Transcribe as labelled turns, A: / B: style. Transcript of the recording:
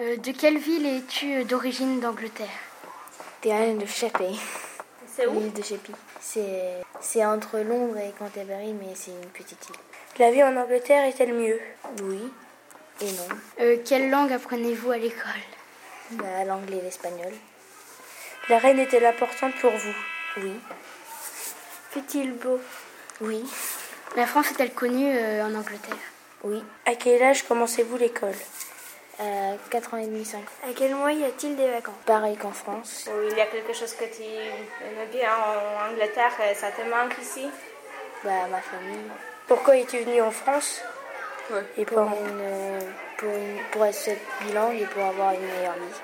A: Euh, de quelle ville es-tu euh, d'origine d'Angleterre
B: T'es un de Sheppey.
C: C'est où
B: L'île de Sheppey. C'est, c'est entre Londres et Canterbury, mais c'est une petite île.
C: La vie en Angleterre est-elle mieux
B: Oui et non.
A: Euh, Quelle langue apprenez-vous à l'école
B: Bah, l'anglais et l'espagnol.
C: La reine est-elle importante pour vous
B: Oui.
C: Fait-il beau
B: Oui.
A: La France est-elle connue euh, en Angleterre
B: Oui.
C: À quel âge commencez-vous l'école
B: Euh, 4 ans et demi, 5 ans.
C: À quel mois y a-t-il des vacances
B: Pareil qu'en France.
D: il y a quelque chose que tu aimes bien en Angleterre et ça te manque ici
B: Bah, ma famille.
C: Pourquoi es-tu venu en France
D: Ouais.
C: Et
B: Pour,
C: pas en-
B: une, euh, pour, une- pour être bilingue et pour avoir une meilleure vie.